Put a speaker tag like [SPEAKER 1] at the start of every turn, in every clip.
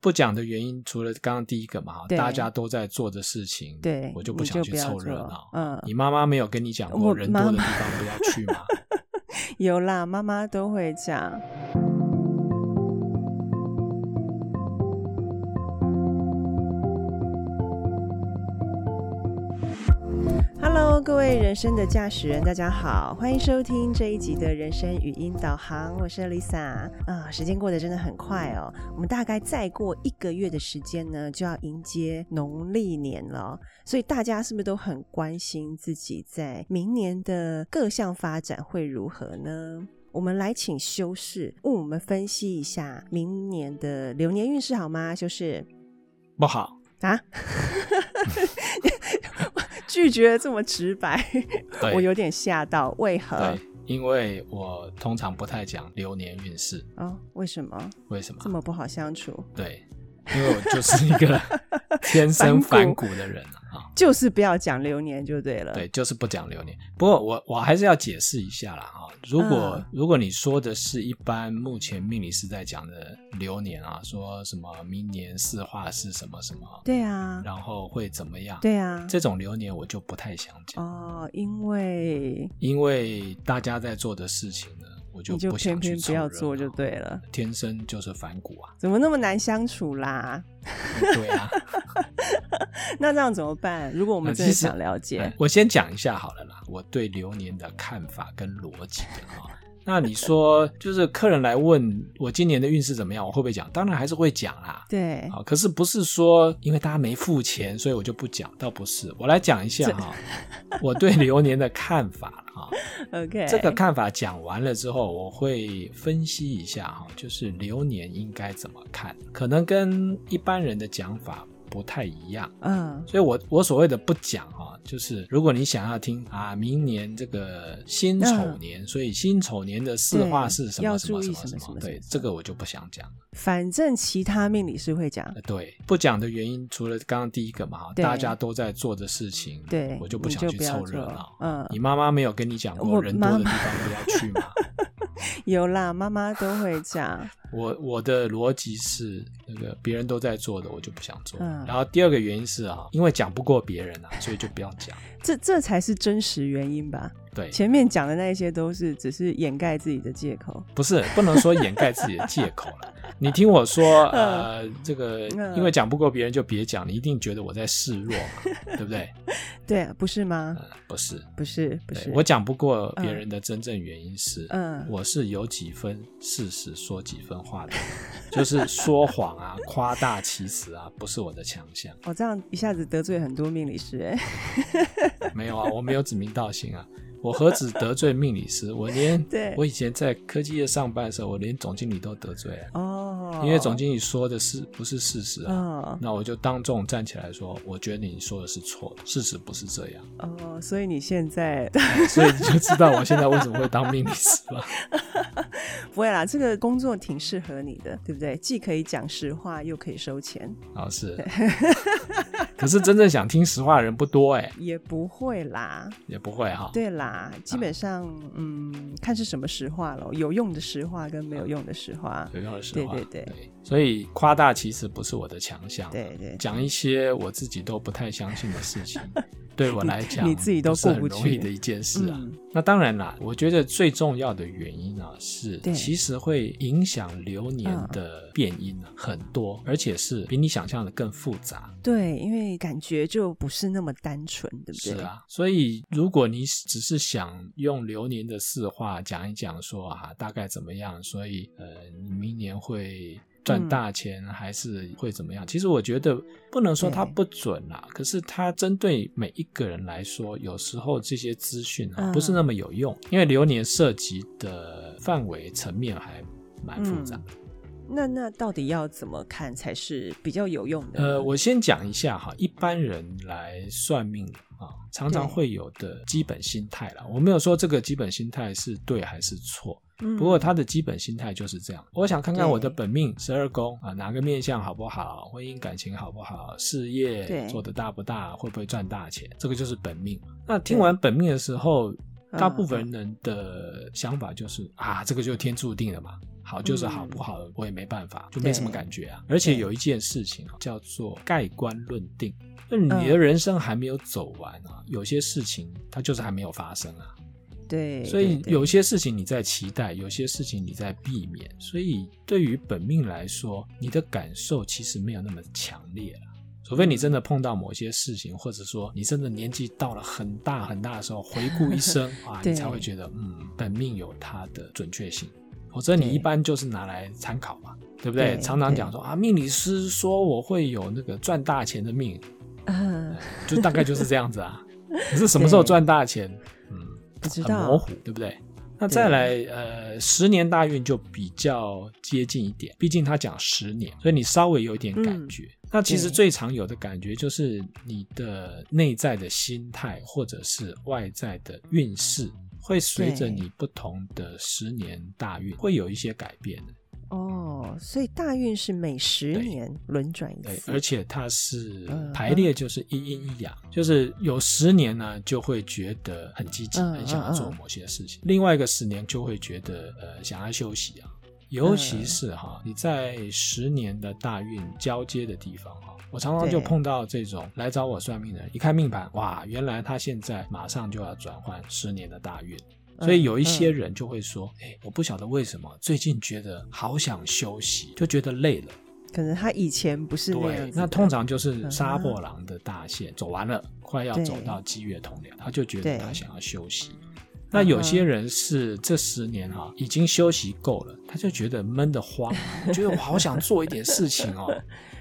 [SPEAKER 1] 不讲的原因，除了刚刚第一个嘛，
[SPEAKER 2] 对
[SPEAKER 1] 大家都在做的事情，
[SPEAKER 2] 对，
[SPEAKER 1] 我就不
[SPEAKER 2] 你
[SPEAKER 1] 想去
[SPEAKER 2] 不要
[SPEAKER 1] 凑
[SPEAKER 2] 做
[SPEAKER 1] 热闹。
[SPEAKER 2] 嗯，
[SPEAKER 1] 你妈妈没有跟你讲过
[SPEAKER 2] 我
[SPEAKER 1] 人多的
[SPEAKER 2] 妈
[SPEAKER 1] 地
[SPEAKER 2] 妈
[SPEAKER 1] 方不要去吗？
[SPEAKER 2] 有啦，妈妈都会讲。Hello，各位人生的驾驶人，大家好，欢迎收听这一集的人生语音导航，我是 Lisa。啊、时间过得真的很快哦，我们大概再过一个月的时间呢，就要迎接农历年了哦、所以大家是不是都很关心自己在明年的各项发展会如何呢？我们来请修士为我们分析一下明年的流年运势好吗？修士
[SPEAKER 1] 不 好，
[SPEAKER 2] 啊，拒绝这么直白，
[SPEAKER 1] 对，
[SPEAKER 2] 我有点吓到，为何
[SPEAKER 1] 对？，因为我通常不太讲流年运势，
[SPEAKER 2] 哦，为什么
[SPEAKER 1] 为什么
[SPEAKER 2] 这？么不好相处？
[SPEAKER 1] 对，因为我就是一 个天生反
[SPEAKER 2] 反嗯
[SPEAKER 1] 骨的人啊，
[SPEAKER 2] 就是不要讲流年就对了。
[SPEAKER 1] 对，就是不讲流年。不过我我还是要解释一下啦啊，如果、
[SPEAKER 2] 嗯
[SPEAKER 1] 如果你说的是一般目前命理师在讲的流年啊，说什么明年四化是什么什么，
[SPEAKER 2] 对啊，
[SPEAKER 1] 然后会怎么样？
[SPEAKER 2] 对啊。
[SPEAKER 1] 这种流年我就不太想讲，
[SPEAKER 2] 哦，因为
[SPEAKER 1] 因为大家在做的事情呢，我就
[SPEAKER 2] 你就
[SPEAKER 1] 不
[SPEAKER 2] 偏
[SPEAKER 1] 想去
[SPEAKER 2] 偏不要
[SPEAKER 1] 凑
[SPEAKER 2] 做
[SPEAKER 1] 热
[SPEAKER 2] 就
[SPEAKER 1] 闹
[SPEAKER 2] 对了。
[SPEAKER 1] 天生就是反骨 啊，
[SPEAKER 2] 怎么那么难相处啦？
[SPEAKER 1] 对啊。
[SPEAKER 2] 那这样怎么办？如果我们真的想了
[SPEAKER 1] 嗯
[SPEAKER 2] 解，
[SPEAKER 1] 我先讲一下好了啦，我对流年的看法跟逻辑啊。 那你说，就是客人来问我今年的运势怎么样，我会不会讲？当然还是会讲啦。
[SPEAKER 2] 对，
[SPEAKER 1] 好，可是不是说因为大家没付钱，所以我就不讲，倒不是。我来讲一下 哈、我对流年的看法啊。
[SPEAKER 2] ，OK，
[SPEAKER 1] 这个看法讲完了之后，我会分析一下哈，就是流年应该怎么看，可能跟一般人的讲法不太一样。
[SPEAKER 2] 嗯，
[SPEAKER 1] 所以我我所谓的不讲啊，就是如果你想要听啊，明年这个辛丑年，所以辛丑年的四化是什么
[SPEAKER 2] 对
[SPEAKER 1] 什么
[SPEAKER 2] 要注
[SPEAKER 1] 什
[SPEAKER 2] 意
[SPEAKER 1] 么
[SPEAKER 2] 什么
[SPEAKER 1] 么，
[SPEAKER 2] 什么什
[SPEAKER 1] 对
[SPEAKER 2] 么，
[SPEAKER 1] 这个我就不想讲。
[SPEAKER 2] 反正其他命理师会讲，
[SPEAKER 1] 呃对，不讲的原因除了刚刚第一个嘛，
[SPEAKER 2] 对
[SPEAKER 1] 大家都在做的事情，
[SPEAKER 2] 对，
[SPEAKER 1] 我就不想
[SPEAKER 2] 你
[SPEAKER 1] 去
[SPEAKER 2] 不要
[SPEAKER 1] 凑
[SPEAKER 2] 做
[SPEAKER 1] 热闹。
[SPEAKER 2] 嗯，
[SPEAKER 1] 你妈妈没有跟你讲过
[SPEAKER 2] 我
[SPEAKER 1] 人多的
[SPEAKER 2] 妈
[SPEAKER 1] 地
[SPEAKER 2] 妈
[SPEAKER 1] 方不要去吗？
[SPEAKER 2] 有啦，妈妈都会讲，
[SPEAKER 1] 我我的逻辑是，那个别人都在做的，我就不想做。
[SPEAKER 2] 嗯
[SPEAKER 1] 然后第二个原因是啊，因为讲不过别人啊，所以就不要讲。
[SPEAKER 2] 这这才是真实原因吧？
[SPEAKER 1] 对，
[SPEAKER 2] 前面讲的那些都是只是掩盖自己的借口，
[SPEAKER 1] 不是，不能说掩盖自己的借口了。你听我说，呃，这个
[SPEAKER 2] 嗯
[SPEAKER 1] 因为讲不过别人就别讲，你一定觉得我在示弱嘛，对不对？
[SPEAKER 2] 对啊，不是吗？
[SPEAKER 1] 呃不是，
[SPEAKER 2] 不是，不
[SPEAKER 1] 对
[SPEAKER 2] 是，
[SPEAKER 1] 我讲不过别人的真正原因是，
[SPEAKER 2] 嗯
[SPEAKER 1] 我是有几分事实说几分话的人，就是说谎啊、夸大其词啊，不是我的强项。
[SPEAKER 2] 我哦这样一下子得罪很多命理师，哎，
[SPEAKER 1] 没有啊，我没有指名道姓啊。我何止得罪命理师，我连
[SPEAKER 2] 对
[SPEAKER 1] 我以前在科技业上班的时候，我连总经理都得罪了。
[SPEAKER 2] 哦，
[SPEAKER 1] 因为总经理说的是不是事实啊？
[SPEAKER 2] 哦
[SPEAKER 1] 那我就当众站起来说，我觉得你说的是错的，事实不是这样，
[SPEAKER 2] 哦，所以你现在
[SPEAKER 1] 所以你就知道我现在为什么会当命理师 了。
[SPEAKER 2] 不会啦，这个工作挺适合你的，对不对？既可以讲实话，又可以收钱，
[SPEAKER 1] 啊， 是。可是真正想听实话的人不多哎、
[SPEAKER 2] 也不会啦。
[SPEAKER 1] 也不会哈、
[SPEAKER 2] 对啦，基本上，嗯，看是什么实话咯，有用的实话跟没有用的实话。
[SPEAKER 1] 有用的实话，
[SPEAKER 2] 对对对
[SPEAKER 1] 所以夸大其词不是我的强项，
[SPEAKER 2] 对对，
[SPEAKER 1] 讲一些我自己都不太相信的事 情，对我来讲，
[SPEAKER 2] 你自己都
[SPEAKER 1] 不是
[SPEAKER 2] 过
[SPEAKER 1] 很
[SPEAKER 2] 不
[SPEAKER 1] 容易
[SPEAKER 2] 去
[SPEAKER 1] 的一件事啊。
[SPEAKER 2] 嗯
[SPEAKER 1] 那当然啦，我觉得最重要的原因啊，是
[SPEAKER 2] 对嗯
[SPEAKER 1] 其实会影响流年的变因啊、很多，而且是比你想象的更复杂。
[SPEAKER 2] 对，因为感觉就不是那么单纯，对不
[SPEAKER 1] 是
[SPEAKER 2] 对？
[SPEAKER 1] 啊，所以如果你只是想用流年的四化讲一讲说啊，大概怎么样，所以呃，你明年会。赚
[SPEAKER 2] 嗯
[SPEAKER 1] 大钱还是会怎么样？其实我觉得不能说它
[SPEAKER 2] 对
[SPEAKER 1] 不准啦，可是它针对每一个人来说，有时候这些资讯啊
[SPEAKER 2] 嗯
[SPEAKER 1] 不是那么有用，因为流年涉及的范围层面还蛮复
[SPEAKER 2] 嗯
[SPEAKER 1] 杂的。
[SPEAKER 2] 那那到底要怎么看才是比较有用的呢？
[SPEAKER 1] 呃，我先讲一下哈，一般人来算命啊，常常
[SPEAKER 2] 对
[SPEAKER 1] 会有的基本心态啦。我没有说这个基本心态是对还是错，
[SPEAKER 2] 嗯
[SPEAKER 1] 不过他的基本心态就是这样。我想看看
[SPEAKER 2] 对
[SPEAKER 1] 我的本命十二宫啊，哪个面相好不好，婚姻感情好不好，事业
[SPEAKER 2] 对
[SPEAKER 1] 做得大不大，会不会赚大钱，这个就是本命。那听完本命的
[SPEAKER 2] 嗯
[SPEAKER 1] 时候，大部分人的想法就是啊，这个就是天注定的嘛。好就是好，
[SPEAKER 2] 嗯
[SPEAKER 1] 不好我也没办法，就
[SPEAKER 2] 对
[SPEAKER 1] 没什么感觉啊。而且
[SPEAKER 2] 对
[SPEAKER 1] 有一件事情啊叫做盖棺论定，那你
[SPEAKER 2] 嗯
[SPEAKER 1] 的人生还没有走完啊，有些事情它就是还没有发生啊。
[SPEAKER 2] 对，
[SPEAKER 1] 所以
[SPEAKER 2] 对对
[SPEAKER 1] 有些事情你在期待，有些事情你在避免。所以对于本命来说，你的感受其实没有那么强烈了。除非你真的碰到某些事情，或者说你真的年纪到了很大很大的时候，回顾一 生啊，
[SPEAKER 2] 对
[SPEAKER 1] 你才会觉得，嗯，本命有它的准确性。否则你
[SPEAKER 2] 对
[SPEAKER 1] 一般就是拿来参考嘛，对不对？
[SPEAKER 2] 对
[SPEAKER 1] 常常
[SPEAKER 2] 对
[SPEAKER 1] 讲说啊，命理师说我会有那个赚大钱的命，
[SPEAKER 2] 啊，
[SPEAKER 1] 就大概就是这样子 啊。你是什么时候
[SPEAKER 2] 对
[SPEAKER 1] 赚大钱？嗯，
[SPEAKER 2] 不知
[SPEAKER 1] 很模
[SPEAKER 2] 道，
[SPEAKER 1] 糊，对不对？那再来，呃，十年大运就比较接近一点，毕竟他讲十年，所以你稍微有一点感觉。那其实
[SPEAKER 2] 对
[SPEAKER 1] 最常有的感觉就是你的内在的心态或者是外在的运势，会随着
[SPEAKER 2] 对
[SPEAKER 1] 你不同的十年大运会有一些改变的。
[SPEAKER 2] 哦，所以大运是每十
[SPEAKER 1] 对
[SPEAKER 2] 年轮转一
[SPEAKER 1] 对，
[SPEAKER 2] 次，
[SPEAKER 1] 而且它是
[SPEAKER 2] 嗯
[SPEAKER 1] 排列，就是一阴一阳，就是有十年呢就会觉得很积极，
[SPEAKER 2] 嗯
[SPEAKER 1] 很想要做
[SPEAKER 2] 嗯嗯
[SPEAKER 1] 某些事情；另外一个十年就会觉得呃想要休息啊。尤
[SPEAKER 2] 嗯
[SPEAKER 1] 其是哈，你在十年的大运交接的地方哈，我常常就
[SPEAKER 2] 对
[SPEAKER 1] 碰到这种来找我算命的人，一看命盘，哇，原来他现在马上就要转换十年的大运，所以有一些
[SPEAKER 2] 嗯
[SPEAKER 1] 人就会说，哎、我不晓得为什么最近觉得好想休息，就觉得累了。
[SPEAKER 2] 可能他以前不是那样
[SPEAKER 1] 对
[SPEAKER 2] 子，的，
[SPEAKER 1] 那通常就是
[SPEAKER 2] 嗯
[SPEAKER 1] 杀破狼的大限走完了，快要
[SPEAKER 2] 对
[SPEAKER 1] 走到积月同僚，他就觉得
[SPEAKER 2] 对嗯
[SPEAKER 1] 他想要休息。那有些人是这十年哈、已经休息够了，他就觉得闷得慌，啊 觉得我好想做一点事情哦。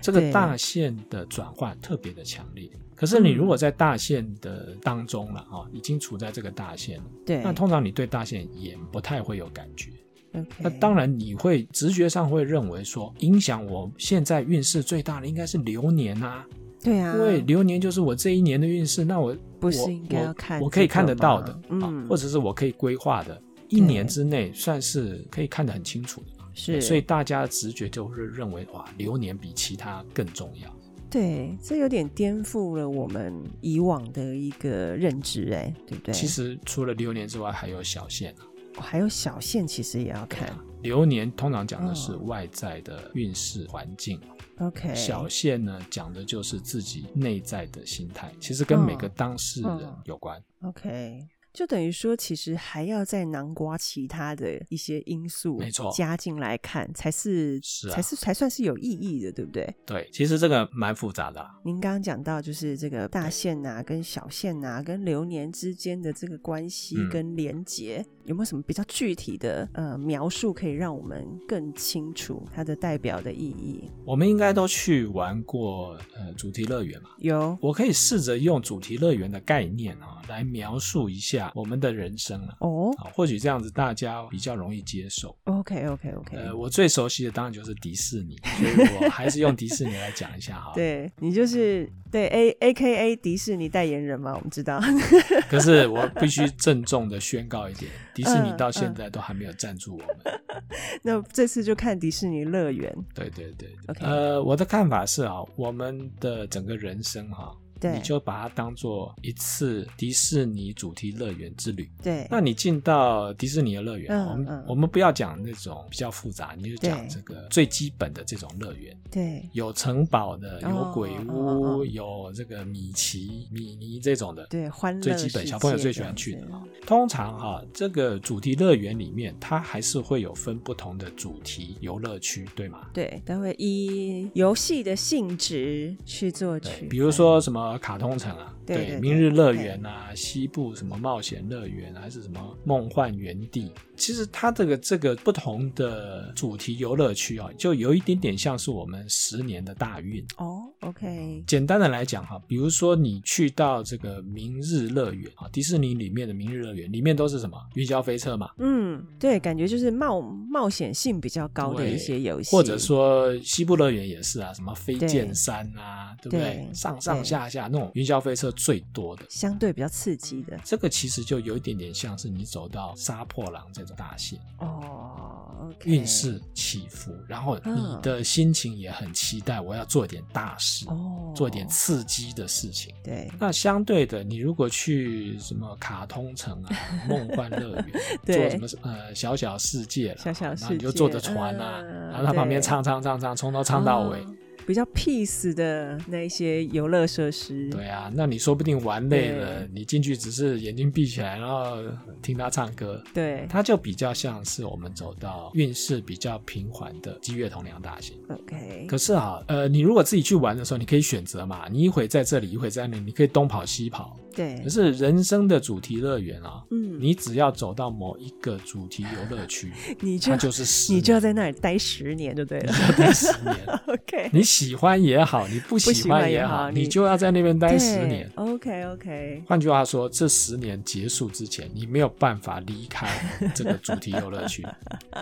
[SPEAKER 1] 这个
[SPEAKER 2] 对嗯
[SPEAKER 1] 大限的转换特别的强烈。可是你如果在大限的当中了啊，已经处在这个大限了，
[SPEAKER 2] 对，
[SPEAKER 1] 那通常你对大限也不太会有感觉。
[SPEAKER 2] OK
[SPEAKER 1] 那当然，你会直觉上会认为说，影响我现在运势最大的应该是流年啊，
[SPEAKER 2] 对啊，
[SPEAKER 1] 因为流年就是我这一年的运势，那我
[SPEAKER 2] 不是
[SPEAKER 1] 我
[SPEAKER 2] 应该要看
[SPEAKER 1] 我我可以
[SPEAKER 2] 这个
[SPEAKER 1] 看得到的
[SPEAKER 2] 吗，嗯
[SPEAKER 1] 嗯，或者是我可以规划的，一年之内算是可以看得很清楚的，
[SPEAKER 2] 是，
[SPEAKER 1] 哎所以大家的直觉就会认为哇，流年比其他更重要。
[SPEAKER 2] 对，这有点颠覆了我们以往的一个认知，哎，对不对？
[SPEAKER 1] 其实除了流年之外，还有小限啊。
[SPEAKER 2] 还有小限，其实也要看
[SPEAKER 1] 流年通常讲的是
[SPEAKER 2] 哦
[SPEAKER 1] 外在的运势环境，啊
[SPEAKER 2] ，OK，
[SPEAKER 1] 小限呢讲的就是自己内在的心态，其实跟每个当事人
[SPEAKER 2] 嗯
[SPEAKER 1] 有关。
[SPEAKER 2] OK，就等于说，其实还要再南瓜其他的一些因素，
[SPEAKER 1] 没错
[SPEAKER 2] 加进来看才是，
[SPEAKER 1] 是啊
[SPEAKER 2] 才是才算是有意义的，对不对？
[SPEAKER 1] 对，其实这个蛮复杂的啊、
[SPEAKER 2] 您刚刚讲到，就是这个大限呐、跟小限呐、跟流年之间的这个关系
[SPEAKER 1] 嗯
[SPEAKER 2] 跟连结，有没有什么比较具体的呃描述，可以让我们更清楚它的代表的意义？
[SPEAKER 1] 我们应该都去玩过呃主题乐园嘛。
[SPEAKER 2] 有，
[SPEAKER 1] 我可以试着用主题乐园的概念啊，来描述一下我们的人生啊，
[SPEAKER 2] 哦
[SPEAKER 1] 啊或许这样子大家比较容易接受。
[SPEAKER 2] ，OK OK OK，、
[SPEAKER 1] 呃，我最熟悉的当然就是迪士尼，所以我还是用迪士尼来讲一下哈。
[SPEAKER 2] 对你就是对 A A K A 迪士尼代言人嘛，我们知道。
[SPEAKER 1] 可是我必须郑重的宣告一点，迪士尼
[SPEAKER 2] 嗯
[SPEAKER 1] 到现在都还没有赞助我们。
[SPEAKER 2] 那这次就看迪士尼乐园，
[SPEAKER 1] 对对对对
[SPEAKER 2] OK
[SPEAKER 1] 呃，我的看法是啊，我们的整个人生哈、
[SPEAKER 2] 对，
[SPEAKER 1] 你就把它当做一次迪士尼主题乐园之旅。
[SPEAKER 2] 对，
[SPEAKER 1] 那你进到迪士尼的乐园，
[SPEAKER 2] 嗯
[SPEAKER 1] 我们、
[SPEAKER 2] 嗯
[SPEAKER 1] 我们不要讲那种比较复杂，你就讲
[SPEAKER 2] 对
[SPEAKER 1] 这个最基本的这种乐园，
[SPEAKER 2] 对
[SPEAKER 1] 有城堡的，有
[SPEAKER 2] 哦
[SPEAKER 1] 鬼
[SPEAKER 2] 哦
[SPEAKER 1] 屋，
[SPEAKER 2] 哦哦
[SPEAKER 1] 有这个米奇、米妮这种的。
[SPEAKER 2] 对，欢乐
[SPEAKER 1] 最基本
[SPEAKER 2] 世
[SPEAKER 1] 小朋友
[SPEAKER 2] 界
[SPEAKER 1] 最
[SPEAKER 2] 这
[SPEAKER 1] 喜欢
[SPEAKER 2] 样
[SPEAKER 1] 去
[SPEAKER 2] 子
[SPEAKER 1] 的啊。通常哈、这个主题乐园里面，它还是会有分不同的主题游乐区，对吗？
[SPEAKER 2] 对，它会依游戏的性质去做
[SPEAKER 1] 对
[SPEAKER 2] 取，，
[SPEAKER 1] 比如，说什么卡通城啊，
[SPEAKER 2] 对对对
[SPEAKER 1] 明日乐园啊，西部什么冒险乐园啊还是什么梦幻园地，其实它这个这个不同的主题游乐区啊，就有一点点像是我们十年的大运。
[SPEAKER 2] 哦，OK，
[SPEAKER 1] 简单的来讲哈、比如说你去到这个明日乐园啊，迪士尼里面的明日乐园里面都是什么云霄飞车嘛，
[SPEAKER 2] 嗯，对，感觉就是冒冒险性比较高的
[SPEAKER 1] 对
[SPEAKER 2] 一些游戏，
[SPEAKER 1] 或者说西部乐园也是啊，什么飞剑
[SPEAKER 2] 对
[SPEAKER 1] 山啊，对不
[SPEAKER 2] 对
[SPEAKER 1] 对？上上
[SPEAKER 2] 对
[SPEAKER 1] 下下那种云霄飞车最多的。
[SPEAKER 2] 相对比较刺激的，
[SPEAKER 1] 这个其实就有一点点像是你走到杀破狼这种大线，
[SPEAKER 2] 哦，OK，
[SPEAKER 1] 运势起伏，然后你的心情也很期待，我要做一点大事。事，
[SPEAKER 2] 哦，
[SPEAKER 1] 做一点刺激的事情。
[SPEAKER 2] 对
[SPEAKER 1] 那相对的，你如果去什么卡通城 啊、梦幻乐园，做
[SPEAKER 2] 对
[SPEAKER 1] 什么呃小小世界啦，
[SPEAKER 2] 小小
[SPEAKER 1] 然后你就
[SPEAKER 2] 世界
[SPEAKER 1] 坐着船啊，
[SPEAKER 2] 嗯
[SPEAKER 1] 然后它旁边
[SPEAKER 2] 对
[SPEAKER 1] 唱唱唱唱，从头唱到尾。
[SPEAKER 2] 哦比较 peace 的那一些游乐设施，
[SPEAKER 1] 对啊，那你说不定玩累了，
[SPEAKER 2] 对
[SPEAKER 1] 你进去只是眼睛闭起来，然后听他唱歌，
[SPEAKER 2] 对，
[SPEAKER 1] 它就比较像是我们走到运势比较平缓的积月同梁大型。
[SPEAKER 2] OK，
[SPEAKER 1] 可是啊，呃，你如果自己去玩的时候，你可以选择嘛，你一会在这里，一会在那里，你可以东跑西跑。
[SPEAKER 2] 对
[SPEAKER 1] 可，是人生的主题乐园啊，
[SPEAKER 2] 嗯，
[SPEAKER 1] 你只要走到某一个主题游乐区，
[SPEAKER 2] 你 就
[SPEAKER 1] 它就是十
[SPEAKER 2] 你 就要在
[SPEAKER 1] 里
[SPEAKER 2] 那里待十年就对了
[SPEAKER 1] 待十年。
[SPEAKER 2] ，OK，
[SPEAKER 1] 你喜欢也好，你不
[SPEAKER 2] 喜
[SPEAKER 1] 喜
[SPEAKER 2] 欢
[SPEAKER 1] 欢
[SPEAKER 2] 也
[SPEAKER 1] 也
[SPEAKER 2] 好
[SPEAKER 1] 你
[SPEAKER 2] 你
[SPEAKER 1] 就要在那边 待十年。
[SPEAKER 2] ，OK OK，
[SPEAKER 1] 换句话说，这十年结束之前，你没有办法离开这个主题游乐 区。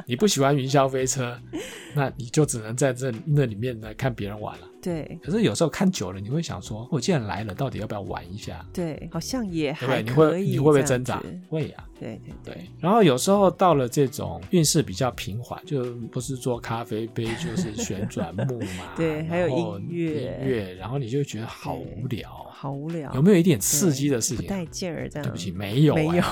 [SPEAKER 1] 你不喜欢云霄飞车，那你就只能在这那里面来看别人玩了。
[SPEAKER 2] 对
[SPEAKER 1] 可是有时候看久了，你会想说，哦我既然来了，到底要不要玩一下？
[SPEAKER 2] 对，好像也
[SPEAKER 1] 对不对？
[SPEAKER 2] 还
[SPEAKER 1] 你
[SPEAKER 2] 可
[SPEAKER 1] 会
[SPEAKER 2] 以，
[SPEAKER 1] 你会不会挣扎
[SPEAKER 2] 这样子？
[SPEAKER 1] 会呀、
[SPEAKER 2] 对对对，
[SPEAKER 1] 对，然后有时候到了这种运势比较平缓，就不是做咖啡杯，就是旋转木马，
[SPEAKER 2] 对还有
[SPEAKER 1] 然后
[SPEAKER 2] 音乐
[SPEAKER 1] 音乐，然后你就觉得好
[SPEAKER 2] 对
[SPEAKER 1] 无聊，啊
[SPEAKER 2] 好无聊，
[SPEAKER 1] 有没有一点
[SPEAKER 2] 对
[SPEAKER 1] 刺激的事
[SPEAKER 2] 不
[SPEAKER 1] 情啊？
[SPEAKER 2] 带劲儿这样？
[SPEAKER 1] 对不起，，没有、啊，
[SPEAKER 2] 没有，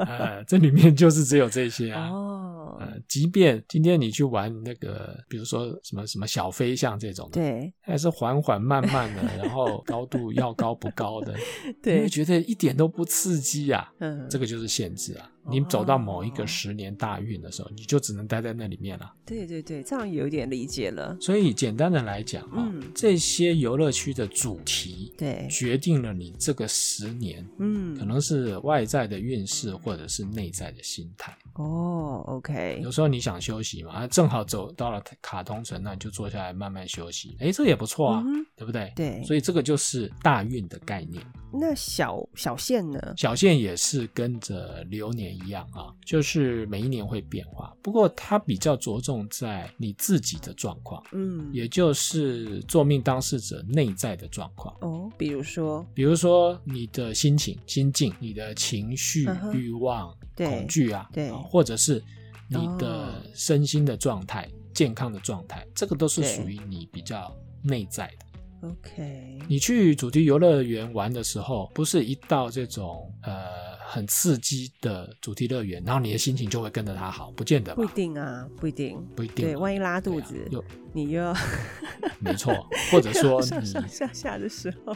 [SPEAKER 1] 呃，这里面就是只有这些啊。
[SPEAKER 2] 哦，
[SPEAKER 1] 呃，即便今天你去玩那个，比如说什么什么小飞象这种的，
[SPEAKER 2] 对
[SPEAKER 1] 它也是缓缓慢慢的，然后高度要高不高 的，你
[SPEAKER 2] 对
[SPEAKER 1] 会，觉得一点都不刺激啊。
[SPEAKER 2] 嗯，
[SPEAKER 1] 这
[SPEAKER 2] 个
[SPEAKER 1] 个就是限制啊！你
[SPEAKER 2] 哦
[SPEAKER 1] 走到某一个十年大运的时候，你就只能待在那里面了。
[SPEAKER 2] 对对对，这样有点理解了，
[SPEAKER 1] 所以简单的来讲啊、
[SPEAKER 2] 嗯
[SPEAKER 1] 这些游乐区的主题
[SPEAKER 2] 对，
[SPEAKER 1] 决定了你这个十年
[SPEAKER 2] 嗯，
[SPEAKER 1] 可能是外在的运势，或者是内在的心态。
[SPEAKER 2] 哦，OK，
[SPEAKER 1] 有时候你想休息嘛，啊，正好走到了卡通城，那你就坐下来慢慢休息。诶，这也不错啊，
[SPEAKER 2] 嗯哼
[SPEAKER 1] 对不对？
[SPEAKER 2] 对
[SPEAKER 1] 所以这个就是大运的概念。
[SPEAKER 2] 那小小线呢？
[SPEAKER 1] 小线也是跟着流年一样啊，就是每一年会变化。不过它比较着重在你自己的状况，
[SPEAKER 2] 嗯，
[SPEAKER 1] 也就是做命当事者内在的状况。
[SPEAKER 2] 哦，比如说，
[SPEAKER 1] 比如说你的心情、心境、你的情绪
[SPEAKER 2] 嗯、哼
[SPEAKER 1] 欲望、
[SPEAKER 2] 对
[SPEAKER 1] 恐惧啊，
[SPEAKER 2] 对
[SPEAKER 1] 啊或者是你
[SPEAKER 2] 哦
[SPEAKER 1] 的身心的状态、健康的状态，这个都是
[SPEAKER 2] 对
[SPEAKER 1] 属于你比较内在的。
[SPEAKER 2] OK，
[SPEAKER 1] 你去主题游乐园玩的时候，不是一到这种呃很刺激的主题乐园，然后你的心情就会跟着它好，不见得吧
[SPEAKER 2] 不一？定啊，不一定，
[SPEAKER 1] 不一定
[SPEAKER 2] 对，
[SPEAKER 1] 嘛
[SPEAKER 2] 万一拉肚
[SPEAKER 1] 对啊
[SPEAKER 2] 子，
[SPEAKER 1] 有
[SPEAKER 2] 你又要
[SPEAKER 1] 没错，或 者说
[SPEAKER 2] 上
[SPEAKER 1] 你
[SPEAKER 2] 上下下的时候，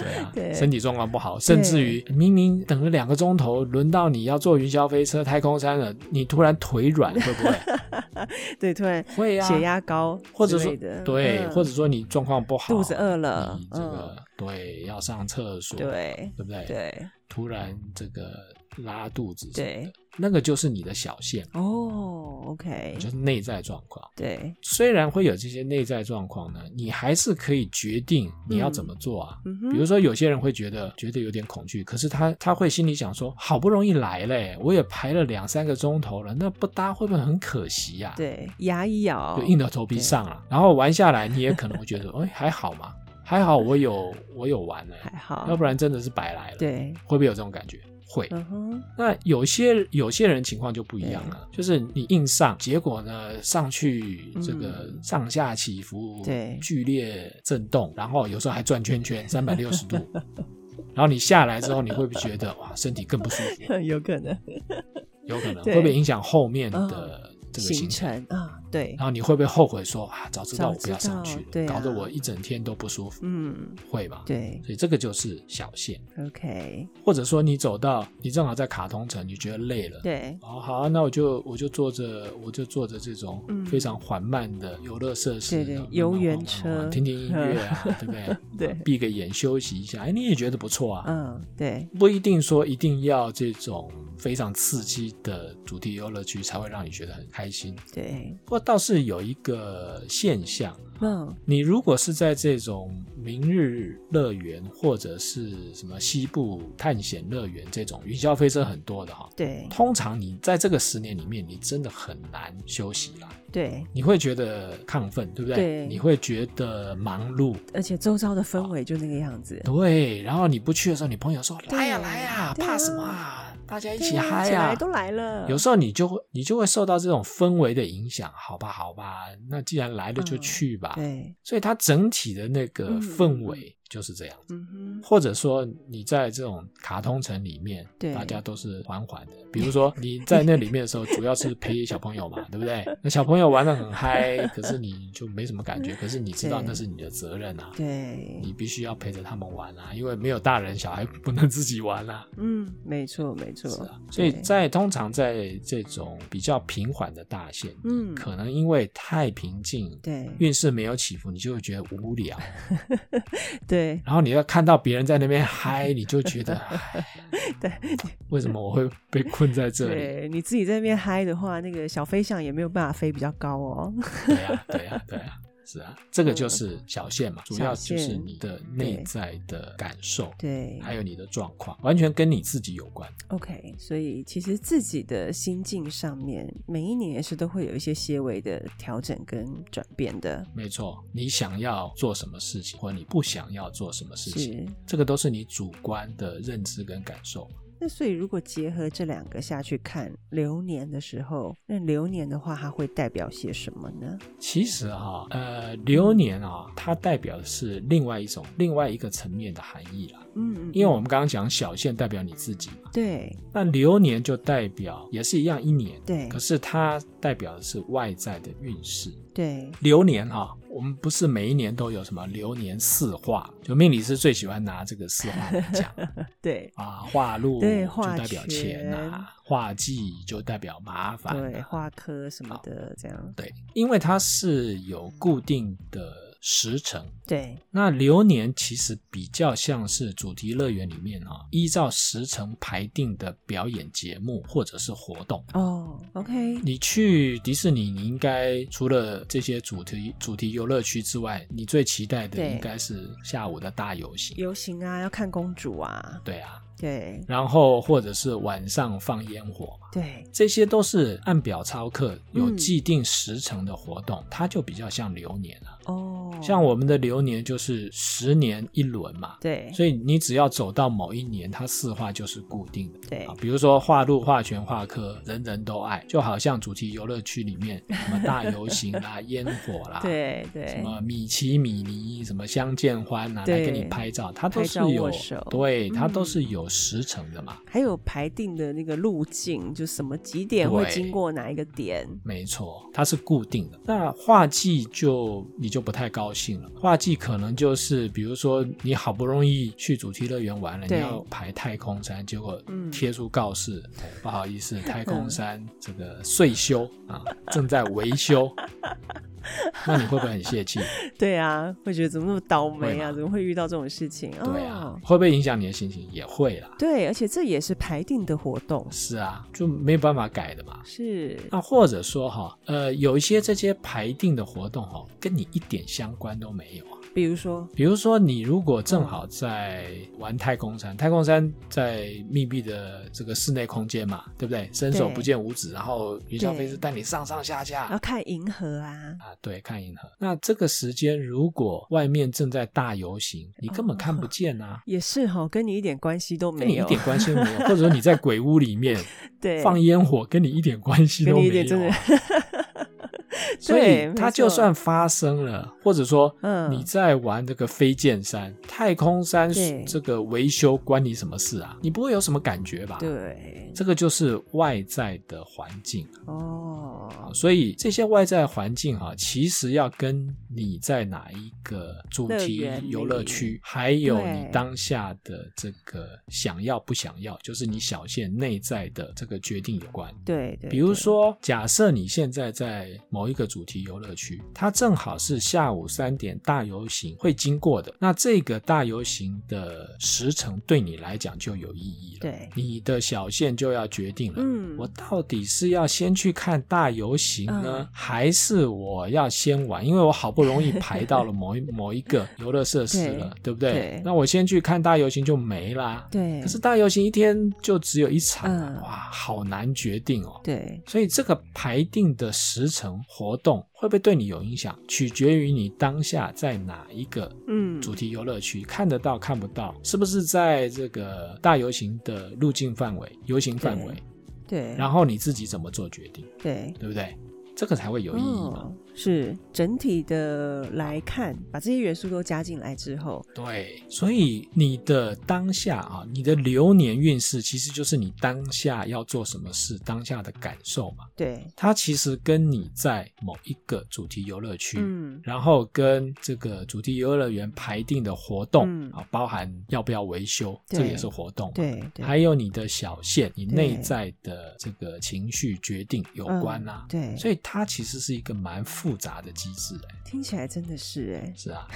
[SPEAKER 1] 对啊，
[SPEAKER 2] 对
[SPEAKER 1] 身体状况不好，甚至于明明等了两个钟头，轮到你要坐云霄飞车、太空山了，你突然腿软，会 不会？
[SPEAKER 2] 对，突然
[SPEAKER 1] 会啊，
[SPEAKER 2] 血压高
[SPEAKER 1] 或者
[SPEAKER 2] 之
[SPEAKER 1] 说
[SPEAKER 2] 类的，
[SPEAKER 1] 对，
[SPEAKER 2] 嗯
[SPEAKER 1] 或者说你状况不好，
[SPEAKER 2] 肚子饿了
[SPEAKER 1] 你，这个对要上厕所，
[SPEAKER 2] 嗯，对
[SPEAKER 1] 对不对？
[SPEAKER 2] 对
[SPEAKER 1] 突然这个拉肚子，，
[SPEAKER 2] 对，
[SPEAKER 1] 那个就是你的小线，
[SPEAKER 2] 哦，OK，
[SPEAKER 1] 就是内在状况。
[SPEAKER 2] 对，
[SPEAKER 1] 虽然会有这些内在状况呢，你还是可以决定你要怎么做啊。
[SPEAKER 2] 嗯哼，
[SPEAKER 1] 比如说，有些人会觉得觉得有点恐惧，可是他他会心里想说，好不容易来嘞，我也排了两三个钟头了，那不搭会不会很可惜呀、，
[SPEAKER 2] 对牙一咬
[SPEAKER 1] 就，硬着头皮上啊。然后玩下来，你也可能会 觉得，哎，还好嘛，还好我有我有玩嘞，
[SPEAKER 2] 还好，
[SPEAKER 1] 要不然真的是白来了。，
[SPEAKER 2] 对，
[SPEAKER 1] 会不会有这种感觉？会。
[SPEAKER 2] 嗯哼，
[SPEAKER 1] 那有些有些人情况就不一样了，就是你硬上，结果呢上去这个
[SPEAKER 2] 嗯
[SPEAKER 1] 上下起伏，
[SPEAKER 2] 对
[SPEAKER 1] 剧烈震动，然后有时候还转圈圈，三百六十 度。然后你下来之后，你会不会觉得哇，身体更不舒服？
[SPEAKER 2] 有可能
[SPEAKER 1] 有可能
[SPEAKER 2] 对嗯
[SPEAKER 1] 会不会影响后面的这个行
[SPEAKER 2] 形
[SPEAKER 1] 程？
[SPEAKER 2] 成啊，对，
[SPEAKER 1] 然后你会不会后悔说啊，早知道我不要
[SPEAKER 2] 早知道
[SPEAKER 1] 上去了，
[SPEAKER 2] 对啊
[SPEAKER 1] 搞得我一整天都不舒服？
[SPEAKER 2] 嗯，
[SPEAKER 1] 会吧？
[SPEAKER 2] 对
[SPEAKER 1] 所以这个就是小线，
[SPEAKER 2] ，OK，
[SPEAKER 1] 或者说你走到你正好在卡通城，你觉得累了，
[SPEAKER 2] 对，
[SPEAKER 1] 哦，好啊，那我就我就坐着，我就坐着这种
[SPEAKER 2] 嗯
[SPEAKER 1] 非常缓慢的游乐设施，
[SPEAKER 2] 对对
[SPEAKER 1] 然后
[SPEAKER 2] 游园
[SPEAKER 1] 慢慢
[SPEAKER 2] 车
[SPEAKER 1] 慢慢听听音乐 啊，对不对？
[SPEAKER 2] 对
[SPEAKER 1] 闭个眼休息一下，哎，你也觉得不错啊。
[SPEAKER 2] 嗯，对，
[SPEAKER 1] 不一定说一定要这种非常刺激的主题游乐区才会让你觉得很开心。
[SPEAKER 2] 对，
[SPEAKER 1] 不过倒是有一个现象，
[SPEAKER 2] 嗯，
[SPEAKER 1] 你如果是在这种明日乐园或者是什么西部探险乐园这种云霄飞车很多的哈、
[SPEAKER 2] 对，
[SPEAKER 1] 通常你在这个十年里面，你真的很难休息啦。
[SPEAKER 2] 对，
[SPEAKER 1] 你会觉得亢奋，对不对？
[SPEAKER 2] 对
[SPEAKER 1] 你会觉得忙碌，
[SPEAKER 2] 而且周遭的氛围就那个样子，
[SPEAKER 1] 对。然后你不去的时候，你朋友说：“
[SPEAKER 2] 对
[SPEAKER 1] 来呀来呀，
[SPEAKER 2] 对啊
[SPEAKER 1] 怕什么啊？大家一
[SPEAKER 2] 对
[SPEAKER 1] 起
[SPEAKER 2] 啊
[SPEAKER 1] 嗨
[SPEAKER 2] 起
[SPEAKER 1] 呀、
[SPEAKER 2] 来都来了，
[SPEAKER 1] 有时候你就会你就会受到这种氛围的影响，好吧，好吧，那既然来了就
[SPEAKER 2] 嗯
[SPEAKER 1] 去吧。
[SPEAKER 2] 对，
[SPEAKER 1] 所以它整体的那个
[SPEAKER 2] 嗯
[SPEAKER 1] 氛围就是这样。
[SPEAKER 2] 嗯哼，
[SPEAKER 1] 或者说你在这种卡通城里面，
[SPEAKER 2] 对
[SPEAKER 1] 大家都是缓缓的。比如说你在那里面的时候，主要是陪小朋友嘛，对不对？那小朋友玩的很嗨，可是你就没什么感觉。可是你知道
[SPEAKER 2] 对
[SPEAKER 1] 那是你的责任啊，
[SPEAKER 2] 对，
[SPEAKER 1] 你必须要陪着他们玩啊，因为没有大人，小孩不能自己玩啊。
[SPEAKER 2] 嗯，没错没错
[SPEAKER 1] 是啊，所以
[SPEAKER 2] 对
[SPEAKER 1] 在通常在这种比较平缓的大线，
[SPEAKER 2] 嗯
[SPEAKER 1] 可能因为太平静。
[SPEAKER 2] 对
[SPEAKER 1] 运势没有起伏，你就会觉得无聊，
[SPEAKER 2] 对
[SPEAKER 1] 然后你要看到别人在那 边嗨，你就觉得唉
[SPEAKER 2] 对
[SPEAKER 1] 为什么我会被困在这里？
[SPEAKER 2] 对，你自己在那边嗨的话，那个小飞象也没有办法飞比较 高哦。
[SPEAKER 1] 对呀、对呀、对呀、是啊，这个就是小线
[SPEAKER 2] 嗯
[SPEAKER 1] 嘛，主要就是你的内在的感受，
[SPEAKER 2] 对
[SPEAKER 1] 还有你的状况，完全跟你自己有关。
[SPEAKER 2] ，OK，所以其实自己的心境上面，每一年也是都会有一些些微的调整跟转变的。
[SPEAKER 1] 没错，你想要做什么事情，或者你不想要做什么事情，
[SPEAKER 2] 是，
[SPEAKER 1] 这个都是你主观的认知跟感受。
[SPEAKER 2] 那所以如果结合这两个下去看流年的时候，那流年的话，它会代表些什么呢？
[SPEAKER 1] 其实哈、呃，
[SPEAKER 2] 嗯
[SPEAKER 1] 流年啊，它代表的是另外一种、另外一个层面的含义啦。
[SPEAKER 2] 嗯，嗯
[SPEAKER 1] 因为
[SPEAKER 2] 嗯
[SPEAKER 1] 我们刚刚讲小线代表你自己嘛，
[SPEAKER 2] 对
[SPEAKER 1] 那流年就代表也是一样一年，
[SPEAKER 2] 对
[SPEAKER 1] 可是它代表的是外在的运势。
[SPEAKER 2] 对，
[SPEAKER 1] 流年哈、我们不是每一年都有什么流年四化，就命理师最喜欢拿这个四化来讲
[SPEAKER 2] 对
[SPEAKER 1] 啊，化禄
[SPEAKER 2] 对
[SPEAKER 1] 就代表钱呐、
[SPEAKER 2] 化权
[SPEAKER 1] 化忌就代表麻烦、
[SPEAKER 2] 对，
[SPEAKER 1] 啊，
[SPEAKER 2] 花科什么的这样，
[SPEAKER 1] 对，因为它是有固定的时辰。
[SPEAKER 2] 对
[SPEAKER 1] 那流年其实比较像是主题乐园里面啊，依照时辰排定的表演节目或者是活动。
[SPEAKER 2] 哦，OK，
[SPEAKER 1] 你去迪士尼，你应该除了这些主题主题游乐区之外，你最期待的
[SPEAKER 2] 对
[SPEAKER 1] 应该是下午的大游行。
[SPEAKER 2] 游行啊，要看公主啊，
[SPEAKER 1] 对啊，
[SPEAKER 2] 对
[SPEAKER 1] 然后或者是晚上放烟火嘛，
[SPEAKER 2] 对，
[SPEAKER 1] 这些都是按表操课、有
[SPEAKER 2] 嗯
[SPEAKER 1] 既定时程的活动，它就比较像流年了、
[SPEAKER 2] 哦，
[SPEAKER 1] 像我们的流年就是十年一轮嘛，
[SPEAKER 2] 对
[SPEAKER 1] 所以你只要走到某一年，它四化就是固定的。
[SPEAKER 2] 对
[SPEAKER 1] 啊，比如说化禄、化权、化科，人人都爱，就好像主题游乐区里 面什么大游行啦、烟火啦，，
[SPEAKER 2] 对
[SPEAKER 1] 啊什
[SPEAKER 2] 对
[SPEAKER 1] 么米奇、米妮，什么相见欢啊，来
[SPEAKER 2] 对
[SPEAKER 1] 给你拍照，它都
[SPEAKER 2] 拍
[SPEAKER 1] 是
[SPEAKER 2] 照
[SPEAKER 1] 有
[SPEAKER 2] 握手，
[SPEAKER 1] 对，它都
[SPEAKER 2] 嗯
[SPEAKER 1] 是有时程的嘛，
[SPEAKER 2] 还有排定的那个路径，就什么几点会
[SPEAKER 1] 对
[SPEAKER 2] 经过哪一个点，
[SPEAKER 1] 没错，它是固定的。那画技就你就不太高兴了，画技可能就是比如说你好不容易去主题乐园玩了，你
[SPEAKER 2] 对
[SPEAKER 1] 要排太空山，结果
[SPEAKER 2] 嗯
[SPEAKER 1] 贴出告示，哎不好意思，太空山这个岁修啊，正在维 修。那你会不会很泄气？
[SPEAKER 2] 对啊，会觉得怎么那么倒霉
[SPEAKER 1] 会
[SPEAKER 2] 啊，
[SPEAKER 1] 吗
[SPEAKER 2] 怎么会遇到这种事情？
[SPEAKER 1] 对啊
[SPEAKER 2] 哦，，
[SPEAKER 1] 会不会影响你的心情？也会啦。
[SPEAKER 2] 对，而且这也是排定的活动，
[SPEAKER 1] 是啊，就没有办法改的嘛。
[SPEAKER 2] 是
[SPEAKER 1] 那或者说哈，呃，有一些这些排定的活动哈，跟你一点相关都没有啊。
[SPEAKER 2] 比如说，
[SPEAKER 1] 比如说，你如果正好在玩太空山，太空山在密闭的这个室内空间嘛，对不对？伸手
[SPEAKER 2] 对
[SPEAKER 1] 不见五指，然后云霄飞
[SPEAKER 2] 对
[SPEAKER 1] 车带你上上下下
[SPEAKER 2] 要看银河啊，
[SPEAKER 1] 啊，对，看银河。那这个时间如果外面正在大游行，你根本看不见啊，
[SPEAKER 2] 也是哈、跟你一点关系都
[SPEAKER 1] 跟你
[SPEAKER 2] 没
[SPEAKER 1] 一
[SPEAKER 2] 有，
[SPEAKER 1] 点关系都没有。或者说你在鬼屋里面
[SPEAKER 2] 对，
[SPEAKER 1] 放烟火，跟你一点关系
[SPEAKER 2] 跟
[SPEAKER 1] 都
[SPEAKER 2] 你
[SPEAKER 1] 没
[SPEAKER 2] 一
[SPEAKER 1] 有啊、
[SPEAKER 2] 点真的
[SPEAKER 1] 所以
[SPEAKER 2] 对
[SPEAKER 1] 它
[SPEAKER 2] 没
[SPEAKER 1] 就
[SPEAKER 2] 错
[SPEAKER 1] 算发生了，或者说，
[SPEAKER 2] 嗯
[SPEAKER 1] 你在玩这个飞剑山、太空山
[SPEAKER 2] 对
[SPEAKER 1] 这个维修，关你什么事啊？你不会有什么感觉吧？，
[SPEAKER 2] 对
[SPEAKER 1] 这个就是外在的环境啊
[SPEAKER 2] 哦，，
[SPEAKER 1] 所以这些外在环境哈、其实要跟你在哪一个主题
[SPEAKER 2] 乐园里
[SPEAKER 1] 游乐区，还有你
[SPEAKER 2] 对
[SPEAKER 1] 当下的这个想要不想要，就是你小限内在的这个决定有关。
[SPEAKER 2] 对对，
[SPEAKER 1] 比如
[SPEAKER 2] 对
[SPEAKER 1] 说，假设你现在在某一个主题游乐区，它正好是下午三点大游行会经过的，那这个大游行的时程对你来讲就有意义了。
[SPEAKER 2] 对
[SPEAKER 1] 你的小线就要决定了。
[SPEAKER 2] 嗯
[SPEAKER 1] 我到底是要先去看大游行呢，
[SPEAKER 2] 嗯
[SPEAKER 1] 还是我要先玩？因为我好不容易排到了 某一某一个游乐设施了，对不对？
[SPEAKER 2] 对
[SPEAKER 1] 那我先去看大游行就没啦。
[SPEAKER 2] 对，
[SPEAKER 1] 可是大游行一天就只有一场啊，
[SPEAKER 2] 嗯
[SPEAKER 1] 哇，好难决定哦。
[SPEAKER 2] 对
[SPEAKER 1] 所以这个排定的时程活活动会不会对你有影响，取决于你当下在哪一个
[SPEAKER 2] 嗯，
[SPEAKER 1] 主题游乐区看得到看不到，是不是在这个大游行的路径范围、游行范围，
[SPEAKER 2] 对，
[SPEAKER 1] 然后你自己怎么做决定，
[SPEAKER 2] 对，
[SPEAKER 1] 对不对？这个才会有意义嘛。
[SPEAKER 2] 哦，是整体的来看，把这些元素都加进来之后，
[SPEAKER 1] 对，所以你的当下啊，你的流年运势其实就是你当下要做什么事，当下的感受嘛。
[SPEAKER 2] 对，
[SPEAKER 1] 它其实跟你在某一个主题游乐区。
[SPEAKER 2] 嗯，
[SPEAKER 1] 然后跟这个主题游乐园排定的活动、
[SPEAKER 2] 嗯
[SPEAKER 1] 啊，包含要不要维修，
[SPEAKER 2] 对
[SPEAKER 1] 这个也是活动嘛。啊
[SPEAKER 2] 对，对，
[SPEAKER 1] 还有你的小限，你
[SPEAKER 2] 对
[SPEAKER 1] 内在的这个情绪决定有关啦、
[SPEAKER 2] 嗯对，
[SPEAKER 1] 所以它其实是一个蛮复杂的机制、哎，
[SPEAKER 2] 听起来真的是哎，
[SPEAKER 1] 是 啊。